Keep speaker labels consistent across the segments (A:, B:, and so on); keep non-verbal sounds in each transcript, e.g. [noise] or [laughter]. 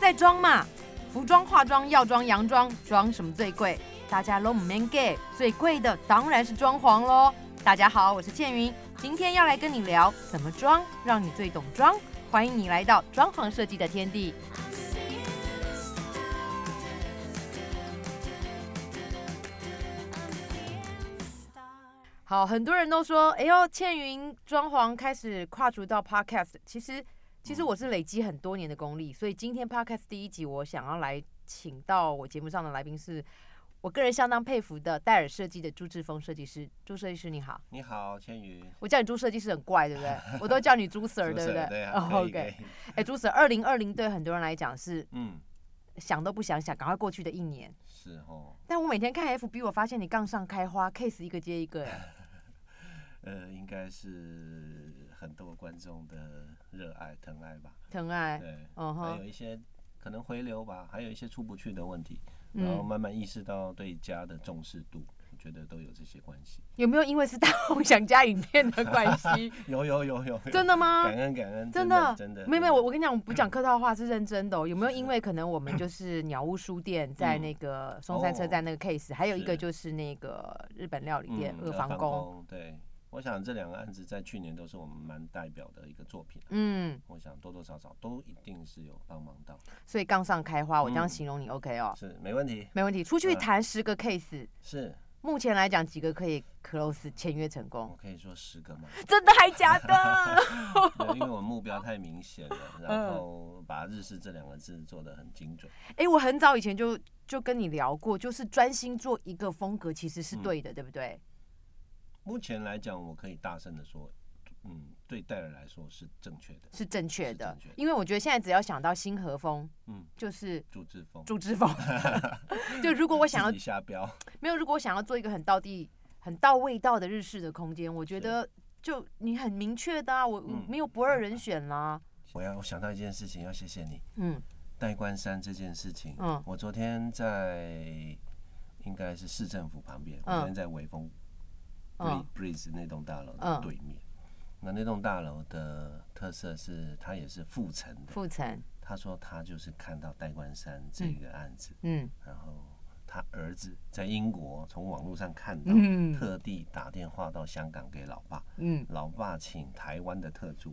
A: 在装嘛。服装、化妆、药妆、洋装，装什么最贵？大家都唔 man gay，最贵的当然是装潢喽。大家好，我是倩云，今天要来跟你聊怎么装，让你最懂装。欢迎你来到装潢设计的天地。好，很多人都说，哎呦，倩云装潢开始跨足到 podcast，其实其实我是累积很多年的功力，所以今天 podcast 第一集，我想要来请到我节目上的来宾是。我个人相当佩服的戴尔设计的朱志峰设计师，朱设计师你好，
B: 你好，千羽。
A: 我叫你朱设计师很怪，对不
B: [laughs]
A: 对？我都叫你朱 Sir，
B: 主
A: 对不
B: 持
A: 对
B: 人对啊
A: 哦
B: 可以可
A: ，OK，
B: 以。
A: 哎，朱 Sir，二零二零对很多人来讲是
B: 嗯，
A: 想都不想想，赶快过去的一年。
B: 是哦，
A: 但我每天看 FB，我发现你杠上开花，case 一个接一个，
B: [laughs]
A: 哎，
B: 呃，应该是很多观众的热爱、疼爱吧。
A: 疼爱，
B: 对，哎
A: 嗯
B: 还
A: 哼
B: 有，一些可能回流吧，还有一些出不去的问题，然后
A: 嗯，
B: 慢慢意识到对家的重视度，我觉得都有这些关系。
A: 有没有因为是大梦想家影片的关
B: [laughs]
A: 系？
B: 有有有有，有
A: 真的吗
B: 感？恩感恩，
A: 真
B: 的
A: 的
B: 真的，
A: 没有没
B: 真
A: 有，
B: 的
A: 我我跟你讲，我不讲客套话是认真的、哦。有没有因为可能我们就是鸟屋书店在那个松山车站那个 case，、还有一个
B: 嗯哦是
A: 就是那个日本料理店
B: 嗯
A: 二
B: 呃
A: 房宫，
B: 宫对。我想这两个案子在去年都是我们蛮代表的一个作品，
A: 嗯，
B: 我想多多少少都一定是有帮忙到，
A: 所以杠上开花，我这样
B: 嗯
A: 形容你 OK 哦，
B: 是没问题，
A: 没问题。出去
B: 嗯
A: 谈十个 case，
B: 是
A: 目前来讲几个可以 close 签约成功
B: 我， [laughs] 可以说十个吗？
A: 真的还假 [laughs] 的？
B: 对因为我目标太明显
A: [laughs]
B: 了，
A: 嗯
B: 然后把“日式”这两个字做得很精准。
A: 哎、我很早以前就就跟你聊过，就是专心做一个风格其实是
B: 嗯
A: 对的，对不对？
B: 目前来讲，我可以大声的说，嗯，对戴尔来说是正确的。
A: 是正确的，
B: 正确的
A: 因为我觉得现在只要想到新和风，
B: 嗯，
A: 就是
B: 朱志峰，
A: 朱之
B: [laughs]
A: 峰。 [laughs] 就如果我想
B: 自
A: 要
B: 己下标，
A: 没有，如果我想要做一个很到地、很到味道的日式的空间，我觉
B: 是
A: 得就你很明确的啊，我
B: 嗯
A: 没有不二人选啦。
B: 我要我想到一件事情，要谢谢你，
A: 嗯
B: 戴冠山这件事情。
A: 嗯
B: 我昨天在应该是市政府旁边，我昨天在微风
A: 嗯
B: Breeze 那栋大楼的
A: 嗯
B: 对面。那那栋大楼的特色是，它也是复层的。
A: 复层，
B: 他说他就是看到戴冠山这个案子，
A: 嗯
B: 然后他儿子在英国从网络上看到，
A: 嗯
B: 特地打电话到香港给老爸，
A: 嗯，
B: 老爸请台湾的特助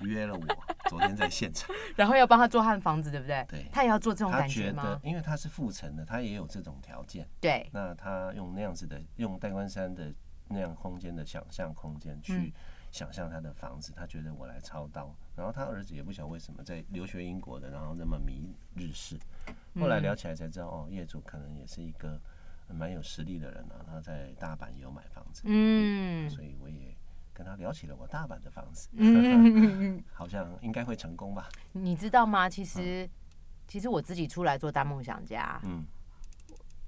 B: 约了我，昨天在现场。
A: 然后要帮他做焊房子，对不对？
B: 对
A: 他也要 [laughs] 做这种
B: 他
A: 感觉
B: 觉得
A: 吗，？
B: 因为他是复层的，他也有这种条件，
A: 对，
B: 那他用那样子的，用戴冠山的那样空间的想象空间
A: 嗯
B: 去。想象他的房子，他觉得我来操刀，然后他儿子也不晓得为什么在留学英国的，然后那么迷日式，
A: 嗯
B: 后来聊起来才知道，哦，业主可能也是一个呃蛮有实力的人啊，他在大阪也有买房子，
A: 嗯
B: [laughs] 所以我也跟他聊起了我大阪的房子，
A: 嗯，
B: 好像应该会成功吧？
A: 你知道吗？其实其实我自己出来做大梦想家，
B: 嗯，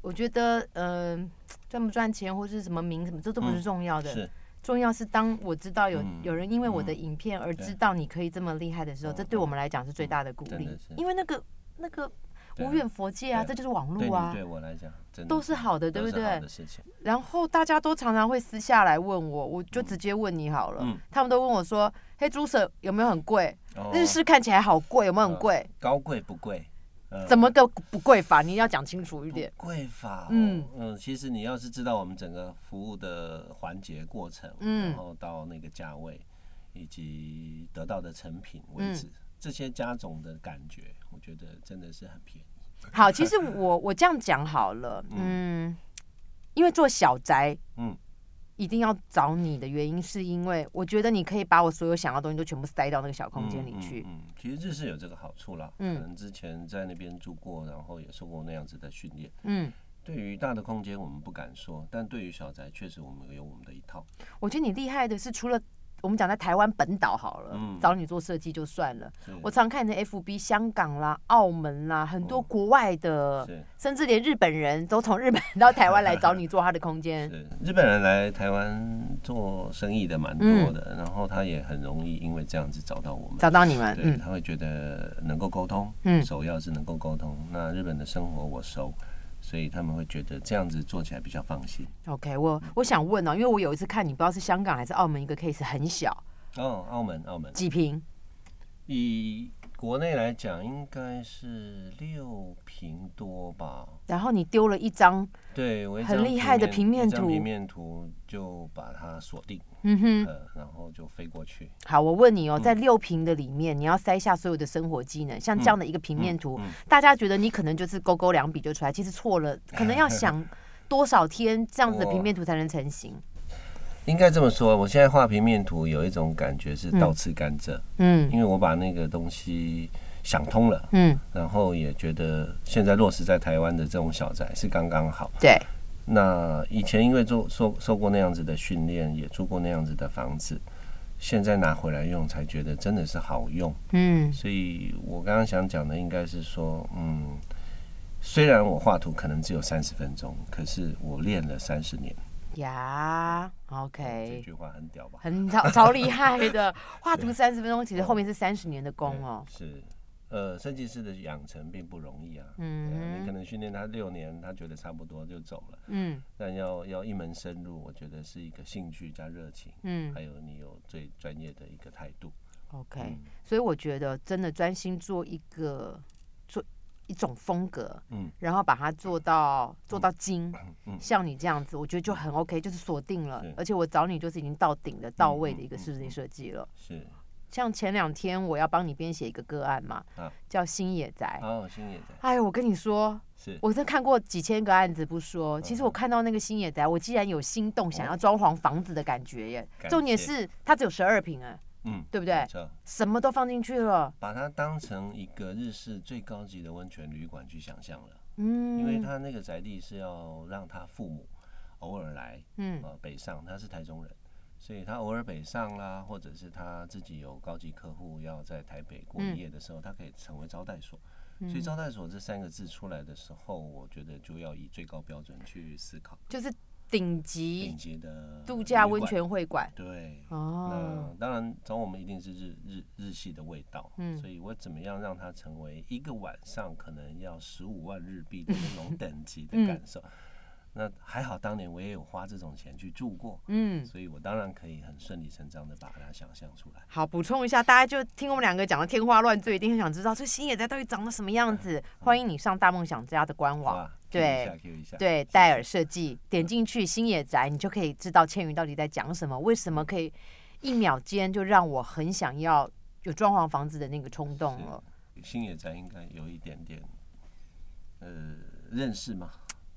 A: 我觉得嗯赚不赚钱或是什么名什么，这都不是
B: 嗯
A: 重要的。
B: 是，
A: 重要是，当我知道有、
B: 嗯
A: 有人因为我的
B: 嗯
A: 影片而
B: 对
A: 知道你可以这么厉害的时候，
B: 嗯
A: 这对我们来讲是最大的鼓
B: 真
A: 励
B: 的是，
A: 因为那个那个
B: 对啊
A: 无远佛界啊，
B: 对啊
A: 这就是网络
B: 对你
A: 啊
B: 对。我来讲，真的
A: 都是好的对不
B: 都是好
A: 对
B: 的事情，
A: 然后大家都常常会私下来问我，我就直接问你好了。
B: 嗯
A: 他们都问我说：“嘿，猪舍有没有很贵？
B: 哦
A: 日式看起来好贵，有没有很贵？
B: 高贵不贵？呃
A: 怎么个不贵法？你要讲清楚一
B: 不
A: 点。
B: 贵法、
A: 嗯
B: 嗯嗯，其实你要是知道我们整个服务的环节过程，
A: 嗯
B: 然后到那个价位，以及得到的成品为
A: 嗯
B: 止，这些加总的感觉，我觉得真的是很便宜。”
A: 好，其实我我这样讲好了，嗯，因为做小宅
B: 嗯，
A: 一定要找你的原因，是因为我觉得你可以把我所有想要的东西都全部塞到那个小空间里去。
B: 嗯嗯嗯其实日式有这个好处啦，
A: 嗯
B: 可能之前在那边住过，然后也受过那样子的训练。
A: 嗯，
B: 对于大的空间我们不敢说，但对于小宅确实我们有我们的一套。
A: 我觉得你厉害的是，除了我们讲在台湾本岛好了，
B: 嗯
A: 找你做设计就算了。
B: 是
A: 我常看你的 FB，香港啦、澳门啦，很多国外的，
B: 哦是
A: 甚至连日本人都从日本 [laughs] 到台湾来找你做他的空间。
B: [laughs] 是日本人来台湾做生意的蛮多的，然后他也很容易因为这样子找到我们。
A: 嗯找到你们，
B: 对，
A: 嗯
B: 他会觉得能够沟通，
A: 嗯
B: 首要是能够沟通。那日本的生活我熟，所以他们会觉得这样子做起来比较放心。
A: ，OK，我我想问哦、因为我有一次看你，不知道是香港还是澳门一个 case，很小，
B: 哦，澳门，澳门
A: 几平，
B: 以国内来讲应该是六平多吧？
A: 然后你丢了一张，
B: 对，我一
A: 很
B: 张
A: 厉害的平面
B: 一张
A: 图
B: 平面图就把它锁定，
A: 嗯哼，
B: 呃，然后就飞过去。
A: 好，我问你哦，
B: 嗯
A: 在六屏的里面，你要塞下所有的生活技能，像这样的一个平面
B: 嗯
A: 图，大家觉得你可能就是勾勾两笔就出来，其实错了，可能要
B: [laughs]
A: 想多少天这样子的平面图才能成型。
B: 应该这么说，我现在画平面图有一种感觉是倒吃甘蔗，
A: 嗯
B: 因为我把那个东西想通了，
A: 嗯，
B: 然后也觉得现在落实在台湾的这种小宅是刚刚好。
A: 对，
B: 那以前因为做受受过那样子的训练，也住过那样子的房子，现在拿回来用才觉得真的是好用。
A: 嗯
B: 所以我刚刚想讲的应该是说，嗯，虽然我画图可能只有三十分钟，可是我练了三十年。
A: 呀
B: 嗯这
A: ，OK，
B: 句话很屌吧？
A: 很超超厉害的，
B: [laughs]
A: 画图三十分钟，其实
B: 哦
A: 后面是三十年的功哦。
B: 是，呃，设计师的养成并不容易啊。对啊你可
A: 嗯
B: 能训练他六年，他觉得差不多就走了。
A: 嗯
B: 但要要一门深入，我觉得是一个兴趣加热情，
A: 嗯
B: 还有你有最专业的一个态度。
A: ，OK，所以
B: 嗯
A: 我觉得真的专心做一个做一种风格，
B: 嗯
A: 然后把它做到做到精，
B: 嗯
A: 像你这样子，我觉得就很 OK，就是锁定了
B: 是。
A: 而且我找你就是已经到顶的、到位的一个
B: 嗯嗯
A: 室内设计了。
B: 是，
A: 像前两天我要帮你编写一个个案嘛，
B: 啊
A: 叫新野宅。
B: 哦，星野在，
A: 哎，我跟你说，
B: 是
A: 我真看过几千个案子不说，其实
B: 嗯
A: 我看到那个新野宅，我竟然有心动想要装潢房子的感觉耶。
B: 哦感
A: 重点
B: 谢
A: 是它只有十二平哎，
B: 嗯，
A: 对不对
B: 没错
A: 什么都放进去了。
B: 把它当成一个日式最高级的温泉旅馆去想象了，
A: 嗯，
B: 因为他那个宅地是要让他父母偶尔来，
A: 嗯
B: 呃，北上，他是台中人，所以他偶尔北上啦，或者是他自己有高级客户要在台北过
A: 嗯
B: 夜的时候，他可以成为招待所。所以招待所这三个字出来的时候，我觉得就要以最高标准去思考
A: 就是顶
B: 顶
A: 级
B: 级的
A: 度假
B: 旅
A: 温
B: 馆。
A: 泉会馆
B: 对，
A: 哦。
B: 那当然找我们一定是日日日系的味道，
A: 嗯
B: 所以我怎么样让它成为一个晚上可能要十五万日币的那种等级的感
A: 嗯
B: 受？那还好，当年我也有花这种钱去住过，
A: 嗯，
B: 所以我当然可以很顺理成章的把它想象出来。
A: 好，补充一下，大家就听我们两个讲的天花乱坠，一定很想知道这新野在到底长得什么样子。
B: 嗯
A: 欢迎你上大梦想家的官
B: 好
A: 网，
B: 吧，
A: 对
B: Q 一下，Q 一下，
A: 对戴尔设计，点进去新野宅，你就可以知道千云到底在讲什么，为什
B: 嗯
A: 么可以一秒间就让我很想要有装潢房子的那个冲动了。
B: 新野宅应该有一点点，呃，认识吗？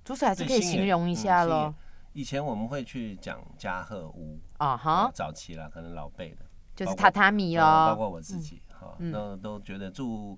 A: 主持还是
B: 对
A: 可以
B: 新野
A: 形容一
B: 嗯
A: 下
B: 新野
A: 喽，
B: 以前我们会去讲加贺屋，
A: 啊哈，
B: 早期啦，可能老辈的，
A: 就是
B: 包括
A: 榻榻米
B: 啊包
A: 喽，
B: 括我自己哈，
A: 哦嗯
B: 那都觉得住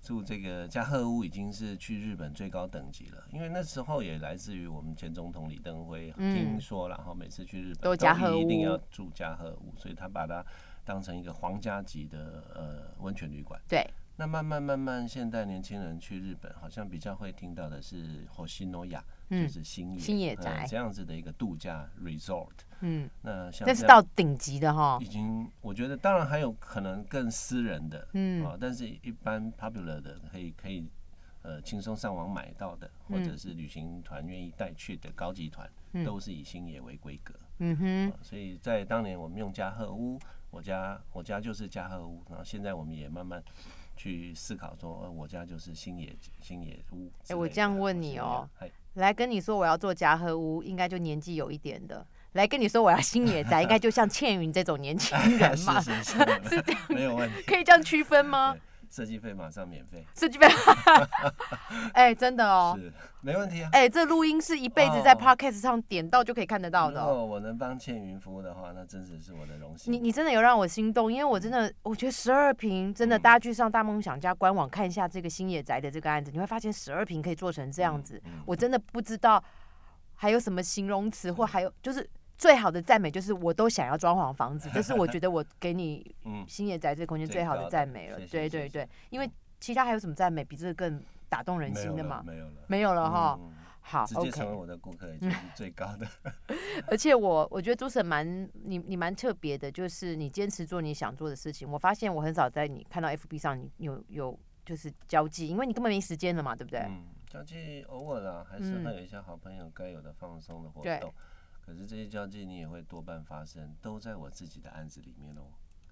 B: 住这个加贺屋已经是去日本最高等级了，因为那时候也来自于我们前总统李登辉
A: 嗯
B: 听说啦，然后每次去日本
A: 都加贺屋
B: 一定要住加贺屋，所以他把它当成一个皇家级的呃温泉旅馆。
A: 对，
B: 那慢慢慢慢，现代年轻人去日本好像比较会听到的是 Hoshinoya，就
A: 嗯
B: 是星野
A: 星野
B: 呃
A: 宅
B: 这样子的一个度假 resort。
A: 嗯，
B: 那像
A: 这
B: 这
A: 是
B: 样
A: 到顶级的哈
B: 已，经，我觉得当然还有可能更私人的，
A: 嗯
B: 啊，但是一般 popular 的可以可以呃轻松上网买到的，或者是旅行团愿意带去的高级团，
A: 嗯
B: 都是以星野为规格、
A: 嗯哼
B: 啊，所以在当年我们用加贺屋，我家我家就是加贺屋，然后现在我们也慢慢去思考说，呃、我家就是星野星野屋
A: 哎
B: 之类的。
A: 我这样问
B: 或是
A: 你
B: 那
A: 哦
B: 样，
A: [laughs]
B: 哎
A: 来跟你说我要做家和屋，应该就年纪有一点的；来跟你说我要新野宅，应该就像倩云这种年
B: [laughs]
A: 轻人嘛，
B: 是
A: [laughs]
B: 是是，是这样，没有问题。
A: 可以这样区分吗？
B: 设计费马上免费，
A: 设计费， [laughs] 哎，真的哦，
B: 是没问题啊。
A: 哎，这录音是一辈子在
B: 哦
A: podcast 上点到就可以看得到的
B: 如
A: 哦。
B: 果我能帮倩云服务的话，那真的是我的荣幸。嗯
A: 你你真的有让我心动，因为我真的我觉得十二平真
B: 嗯
A: 的，大家去上大梦想家官网看一下这个新野宅的这个案子，你会发现十二平可以做成这样
B: 嗯
A: 子，我真的不知道还有什么形容词，或还有就是最好的赞美就是我都想要装潢房
B: [laughs]
A: 子，这是我觉得我给你
B: 嗯，
A: 新野宅这个空间最好的赞美了
B: 最。高
A: 对
B: 的谢谢
A: 对
B: 谢谢
A: 对，因为其他还有什么赞美比这个更打动人
B: 没
A: 心
B: 有
A: 的
B: 了，
A: 吗？
B: 没有了，
A: 没有了哈，
B: 嗯
A: 好
B: 直接成为
A: ，OK。
B: 我的顾客已经是最高的。
A: 而且我我觉得朱婶蛮你你蛮特别的，就是你坚持做你想做的事情。我发现我很少在你看到 FB 上你有有就是交际，因为你根本没时间了嘛，对 [laughs] 不对？
B: 嗯，交际偶尔啦，还是
A: 嗯
B: 会有一些好朋友该有的放松的活
A: 对
B: 动。可是这些交际你也会多半发生，都在我自己的案子里面哦。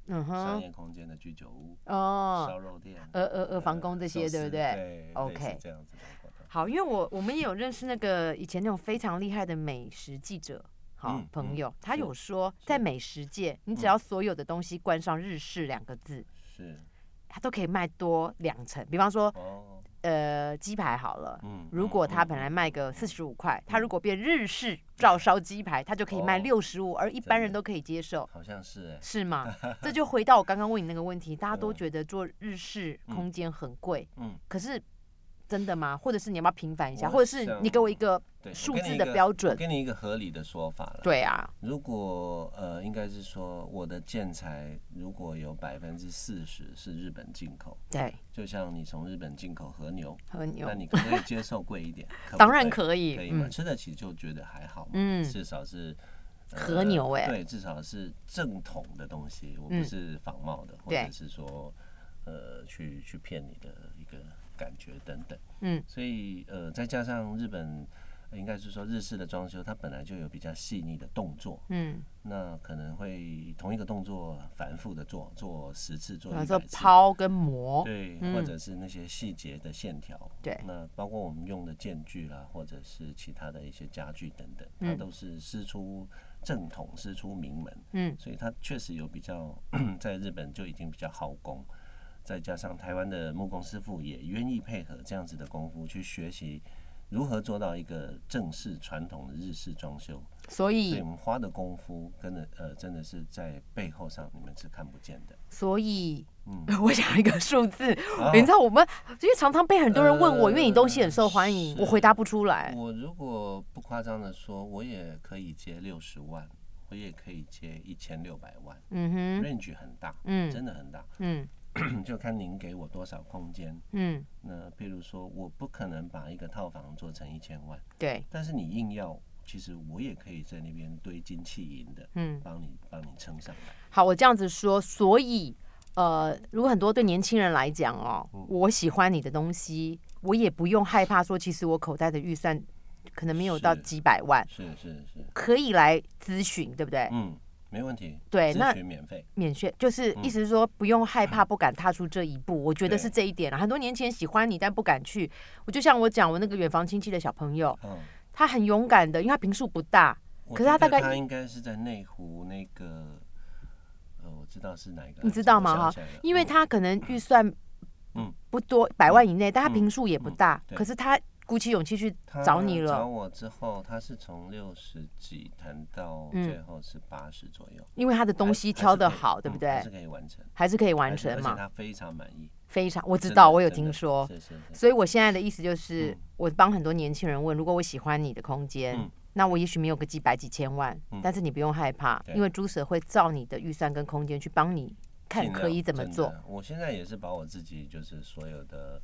A: 嗯
B: 商
A: 哼，
B: 业空间的居酒屋、烧
A: 哦，
B: 肉店、
A: 呃呃呃，房工这些，
B: 寿
A: 对不
B: 司
A: 对？
B: 对
A: OK
B: 类似这样子的活动。
A: 好，因为我我们也有认识那个以前那种非常厉害的美食记者，好、
B: 嗯
A: 朋
B: 嗯
A: 友，他
B: 是嗯
A: 有说，在美食界，你只要所有的东西冠上“日式”两个字，
B: 是
A: 它都可以卖多两成。比方说，
B: 哦，
A: 呃，鸡排好了。
B: 嗯
A: 如
B: 嗯
A: 果
B: 嗯
A: 它本来卖个四十五块，它如果变日式照烧鸡排，它就可以卖
B: 哦
A: 六十五，而一般人
B: 真的
A: 都可以接受，
B: 好像是哎，
A: 是吗？这
B: [laughs]
A: 就回到我刚刚问你那个问题，大家都
B: 嗯
A: 觉得做日式空间很贵，
B: 嗯，
A: 可是真的吗？或者是你要不要平反一下？
B: 我
A: 或者是
B: 想
A: 你给我一个
B: 对，我
A: 数
B: 给你
A: 字
B: 一
A: 的
B: 个
A: 标
B: 我
A: 准
B: 给你一个合理的说法了。
A: 对啊，
B: 如果呃，应该是说我的建材如果有百分之四十是日本进口，
A: 对，
B: 就像你从日本进口和牛，
A: 和牛
B: 那你可不可以接受贵一
A: [laughs]
B: 点？可不
A: 当然
B: 可
A: 可以，
B: 以嘛，
A: 嗯，
B: 吃得起就觉得还好嘛，
A: 嗯
B: 至少是。呃
A: 和牛欸
B: 对，至少是正统的东西，我
A: 嗯
B: 不是仿冒的，或
A: 对
B: 者是说，呃，去去骗你的一个感觉等等。
A: 嗯，
B: 所以呃，再加上日本，呃应该是说日式的装修，它本来就有比较细腻的动作，
A: 嗯，
B: 那可能会同一个动作反复的做，做十次，做
A: 比方
B: 一
A: 说
B: 百次，
A: 啊抛跟磨，
B: 对，
A: 嗯
B: 或者是那些细节的线条，
A: 对
B: 那包括我们用的间距啦，或者是其他的一些家具等等，它
A: 嗯
B: 都是师出正统，师出名门，
A: 嗯
B: 所以它确实有比较 [coughs] 在日本就已经比较好工，再加上台湾的木工师傅也愿意配合这样子的功夫去学习。如何做到一个正式传统的日式装修？
A: 所
B: 所以
A: 以
B: 我们花的功夫，跟的呃，真的是在背后上你们是看不见的。
A: 所以。
B: 嗯
A: [laughs] 我想一个数字，
B: 啊
A: 你知道我们，因为常常被很多人问我，
B: 呃
A: 因为你东西很受欢迎，
B: 是哦
A: 我回答不出来。
B: 我如果不夸张的说，我也可以接六十万，我也可以接一千六百万、
A: 嗯
B: r a n g e 很大，
A: 嗯
B: 真的很大， [clears throat]
A: 哼，嗯
B: 就看您给我多少空间。
A: 嗯，
B: 那譬如说，我不可能把一个套房做成一千万，
A: 对，
B: 但是你硬要，其实我也可以在那边堆金砌银的，
A: 嗯，
B: 帮你帮你撑上来。
A: 好，我这样子说，所以呃，如果很多对年轻人来讲哦，
B: 嗯
A: 我喜欢你的东西，我也不用害怕说，其实我口袋的预算可能没有到
B: 是
A: 几百万，
B: 是是是，
A: 可以来咨询，对不对？
B: 嗯，没问题。
A: 对那
B: 咨询免费。
A: 免税就是
B: 嗯
A: 意思是说不用害怕，不敢踏出这一步。我觉得是这一点啊啦。很多年前喜欢你，但不敢去。我就像我讲，我那个远房亲戚的小朋友，
B: 嗯，
A: 他很勇敢的，因为他平数不大，
B: 我
A: 可是他
B: 觉得
A: 大概
B: 他应该是在内湖那个，呃，我知道是哪一个案子，
A: 你知道吗
B: 我想
A: 哈
B: 起来了
A: 因为
B: 嗯
A: 他可能预算
B: 嗯
A: 不多，百万以内，但他平数也不大。
B: 嗯对
A: 可是他鼓起勇气去
B: 他
A: 找你
B: 找
A: 了，
B: 我之后，他是从六十几谈到
A: 嗯
B: 最后是八十左右，
A: 因为他的东西挑得好，对不
B: 还
A: 对
B: 是？可以嗯还是可以完成，
A: 还是可以完
B: 还是
A: 成
B: 而
A: 嘛
B: 且。他非常满意，
A: 非常，我知
B: 真
A: 道，
B: 的
A: 我有
B: 真的
A: 听说。
B: 是是是，
A: 所以我现在的意思就是，
B: 嗯
A: 我帮很多年轻人问，如果我喜欢你的空间，
B: 嗯
A: 那我也许没有个几百几千万，
B: 嗯
A: 但是你不用害怕，
B: 对
A: 因为朱舍会照你的预算跟空间去帮你看
B: 尽量
A: 可以怎么。做
B: 真。的我现在也是把我自己就是所有的。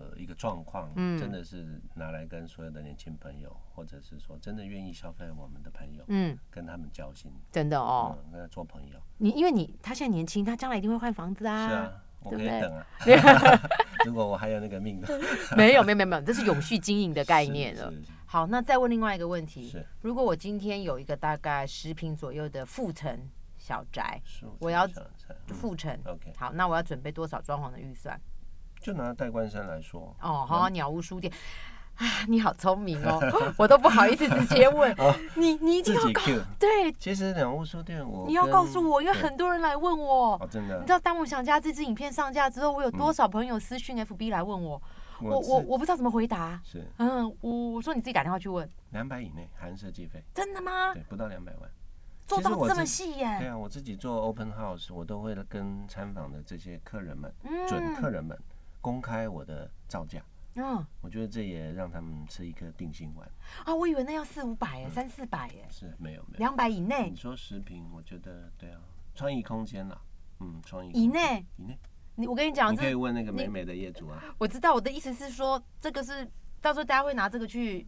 B: 呃，一个状况，
A: 嗯
B: 真的是拿来跟所有的年轻朋友，或者是说真的愿意消费我们的朋友，
A: 嗯，
B: 跟他们交心，
A: 真的哦，
B: 嗯，跟他做朋友。
A: 你因为你他现在年轻，他将来一定会换房子
B: 是啊，我可
A: 对
B: 以
A: 不对
B: 等啊， [laughs] 如果我还有那个命的
A: [laughs] 没 [laughs] 有没有没有没有，这是永续经营的概念了。
B: 是
A: 好，那再问另外一个问
B: 是
A: 题：
B: 是
A: 如果我今天有一个大概十平左右的副城小宅，
B: 是
A: 我要
B: 想一下嗯
A: 副城，
B: OK，
A: 好，那我要准备多少装潢的预算？
B: 就拿戴冠山来说，
A: 哦，好
B: 嗯
A: 好，鸟屋书店。啊，你好聪明哦， [laughs] 我都不好意思直接
B: [laughs]
A: 问你，你一定
B: 啊
A: 要
B: 自己
A: 告
B: Q。
A: 对，
B: 其实两屋书店我
A: 你要
B: 跟
A: 告诉我，因为
B: 对
A: 很多人来问我
B: 哦，，真
A: 你
B: 的
A: 知，道当我想家这支影片上架之后，我有多少朋友私讯 FB 来问我，我我
B: 嗯自
A: 我不知道怎么回答，
B: 是
A: 嗯，我我说你自己打电话去问，
B: 两百以内含设计费，
A: 真的吗？
B: 对，不到两百万。
A: 做
B: 其实
A: 到
B: 我
A: 这么
B: 自
A: 细
B: 对
A: 耶，
B: 啊，我自己做 open house，我都会跟参访的这些客人们、准客
A: 嗯
B: 人们公开我的造价，
A: 嗯
B: 我觉得这也让他们吃一颗定心丸。
A: 啊，我以为那要四五百
B: 嗯
A: 耶，三四百耶，
B: 是没有没有。
A: 两百以内
B: 你说食品，我觉得对啊，创意空间啦，嗯，创意
A: 以
B: 空间
A: 内，
B: 以内，
A: 你我跟你讲，
B: 你
A: 这
B: 可以问那个
A: 你
B: 美美的业主啊，
A: 我知道我的意思是说，这个是到时候大家会拿这个去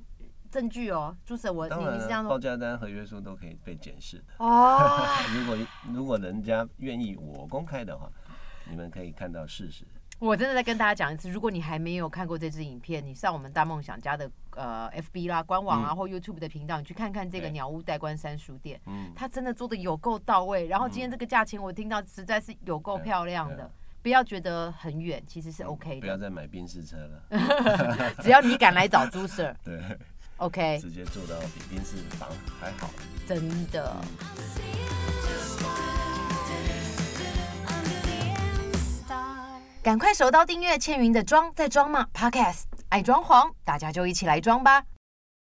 A: 证据哦，朱 Sir，我
B: 当
A: 你你是这
B: 然啊
A: 样
B: 了，报
A: 说
B: 价单、合约书都可以被检视的。
A: 哦。 [laughs]
B: 如果如果人家愿意我公开的话，你们可以看到事实。
A: 我真的再跟大家讲一次，如果你还没有看过这支影片，你上我们大梦想家的呃 FB 啦、官网啊、或 YouTube 的频道，你去看看这个
B: 嗯对
A: 鸟屋代官山书店，
B: 嗯，
A: 它真的做的有够到位。然后今天这个价钱，我听到实在是有够
B: 对
A: 漂亮
B: 嗯对嗯
A: 的。不要觉得很远，其实是 OK
B: 不要
A: 的，
B: 再买宾士车了，
A: 只要你敢来找朱 Sir，OK，、
B: 对， [laughs] 直接住到比宾士房还好。
A: 真的。赶快手刀订阅倩云的妆在装嘛 Podcast，爱装潢，大家就一起来装吧。